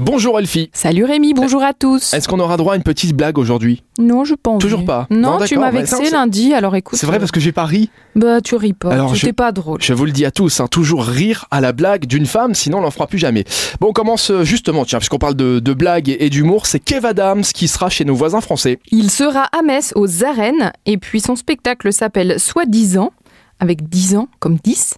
Bonjour Elfie. Salut Rémi, bonjour à tous. Est-ce qu'on aura droit à une petite blague aujourd'hui Non, je pense. Toujours pas Non, Non, tu d'accord, m'as bah, vexé ça, c'est- lundi, alors écoute. C'est vrai parce que j'ai pas ri. Bah, tu ris pas. Alors, tu je- t'es pas drôle. Je vous le dis à tous, hein, toujours rire à la blague d'une femme, sinon on l'en fera plus jamais. Bon, on commence euh, justement, tiens, puisqu'on parle de, de blagues et, et d'humour, c'est Kev Adams qui sera chez nos voisins français. Il sera à Metz, aux arènes, et puis son spectacle s'appelle Soi-disant, avec 10 ans, comme 10.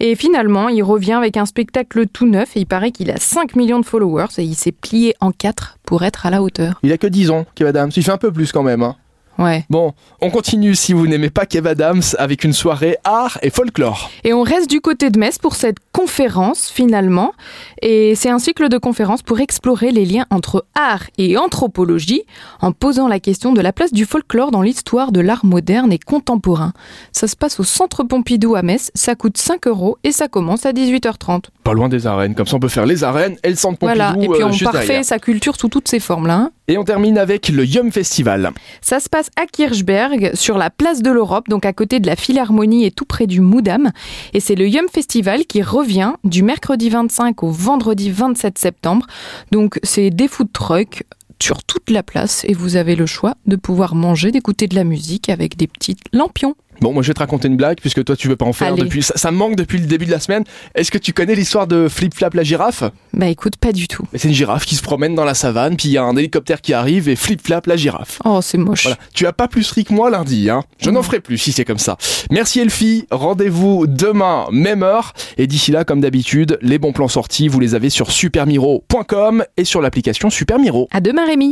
Et finalement, il revient avec un spectacle tout neuf, et il paraît qu'il a 5 millions de followers, et il s'est plié en 4 pour être à la hauteur. Il a que 10 ans, Kev Adams. Il fait un peu plus quand même. hein. Ouais. Bon, on continue si vous n'aimez pas Kev Adams avec une soirée art et folklore. Et on reste du côté de Metz pour cette conférence finalement. Et c'est un cycle de conférences pour explorer les liens entre art et anthropologie en posant la question de la place du folklore dans l'histoire de l'art moderne et contemporain. Ça se passe au Centre Pompidou à Metz, ça coûte 5 euros et ça commence à 18h30. Pas loin des arènes, comme ça on peut faire les arènes et le centre Pompidou voilà, et puis euh, on juste parfait derrière. sa culture sous toutes ses formes là. hein. Et on termine avec le Yum Festival. Ça se passe à Kirchberg, sur la place de l'Europe, donc à côté de la Philharmonie et tout près du Moudam. Et c'est le Yum Festival qui revient du mercredi 25 au vendredi 27 septembre. Donc c'est des food trucks sur toute la place et vous avez le choix de pouvoir manger, d'écouter de la musique avec des petits lampions. Bon, moi je vais te raconter une blague puisque toi tu veux pas en faire Allez. depuis. Ça, ça me manque depuis le début de la semaine. Est-ce que tu connais l'histoire de Flip Flap la girafe Bah écoute, pas du tout. Mais C'est une girafe qui se promène dans la savane, puis il y a un hélicoptère qui arrive et Flip Flap la girafe. Oh, c'est moche. Voilà, tu as pas plus ri que moi lundi, hein. Je n'en Mm. ferai plus si c'est comme ça. Merci Elfie, rendez-vous demain, même heure. Et d'ici là, comme d'habitude, les bons plans sortis, vous les avez sur supermiro.com et sur l'application Super Miro. À demain, Rémi.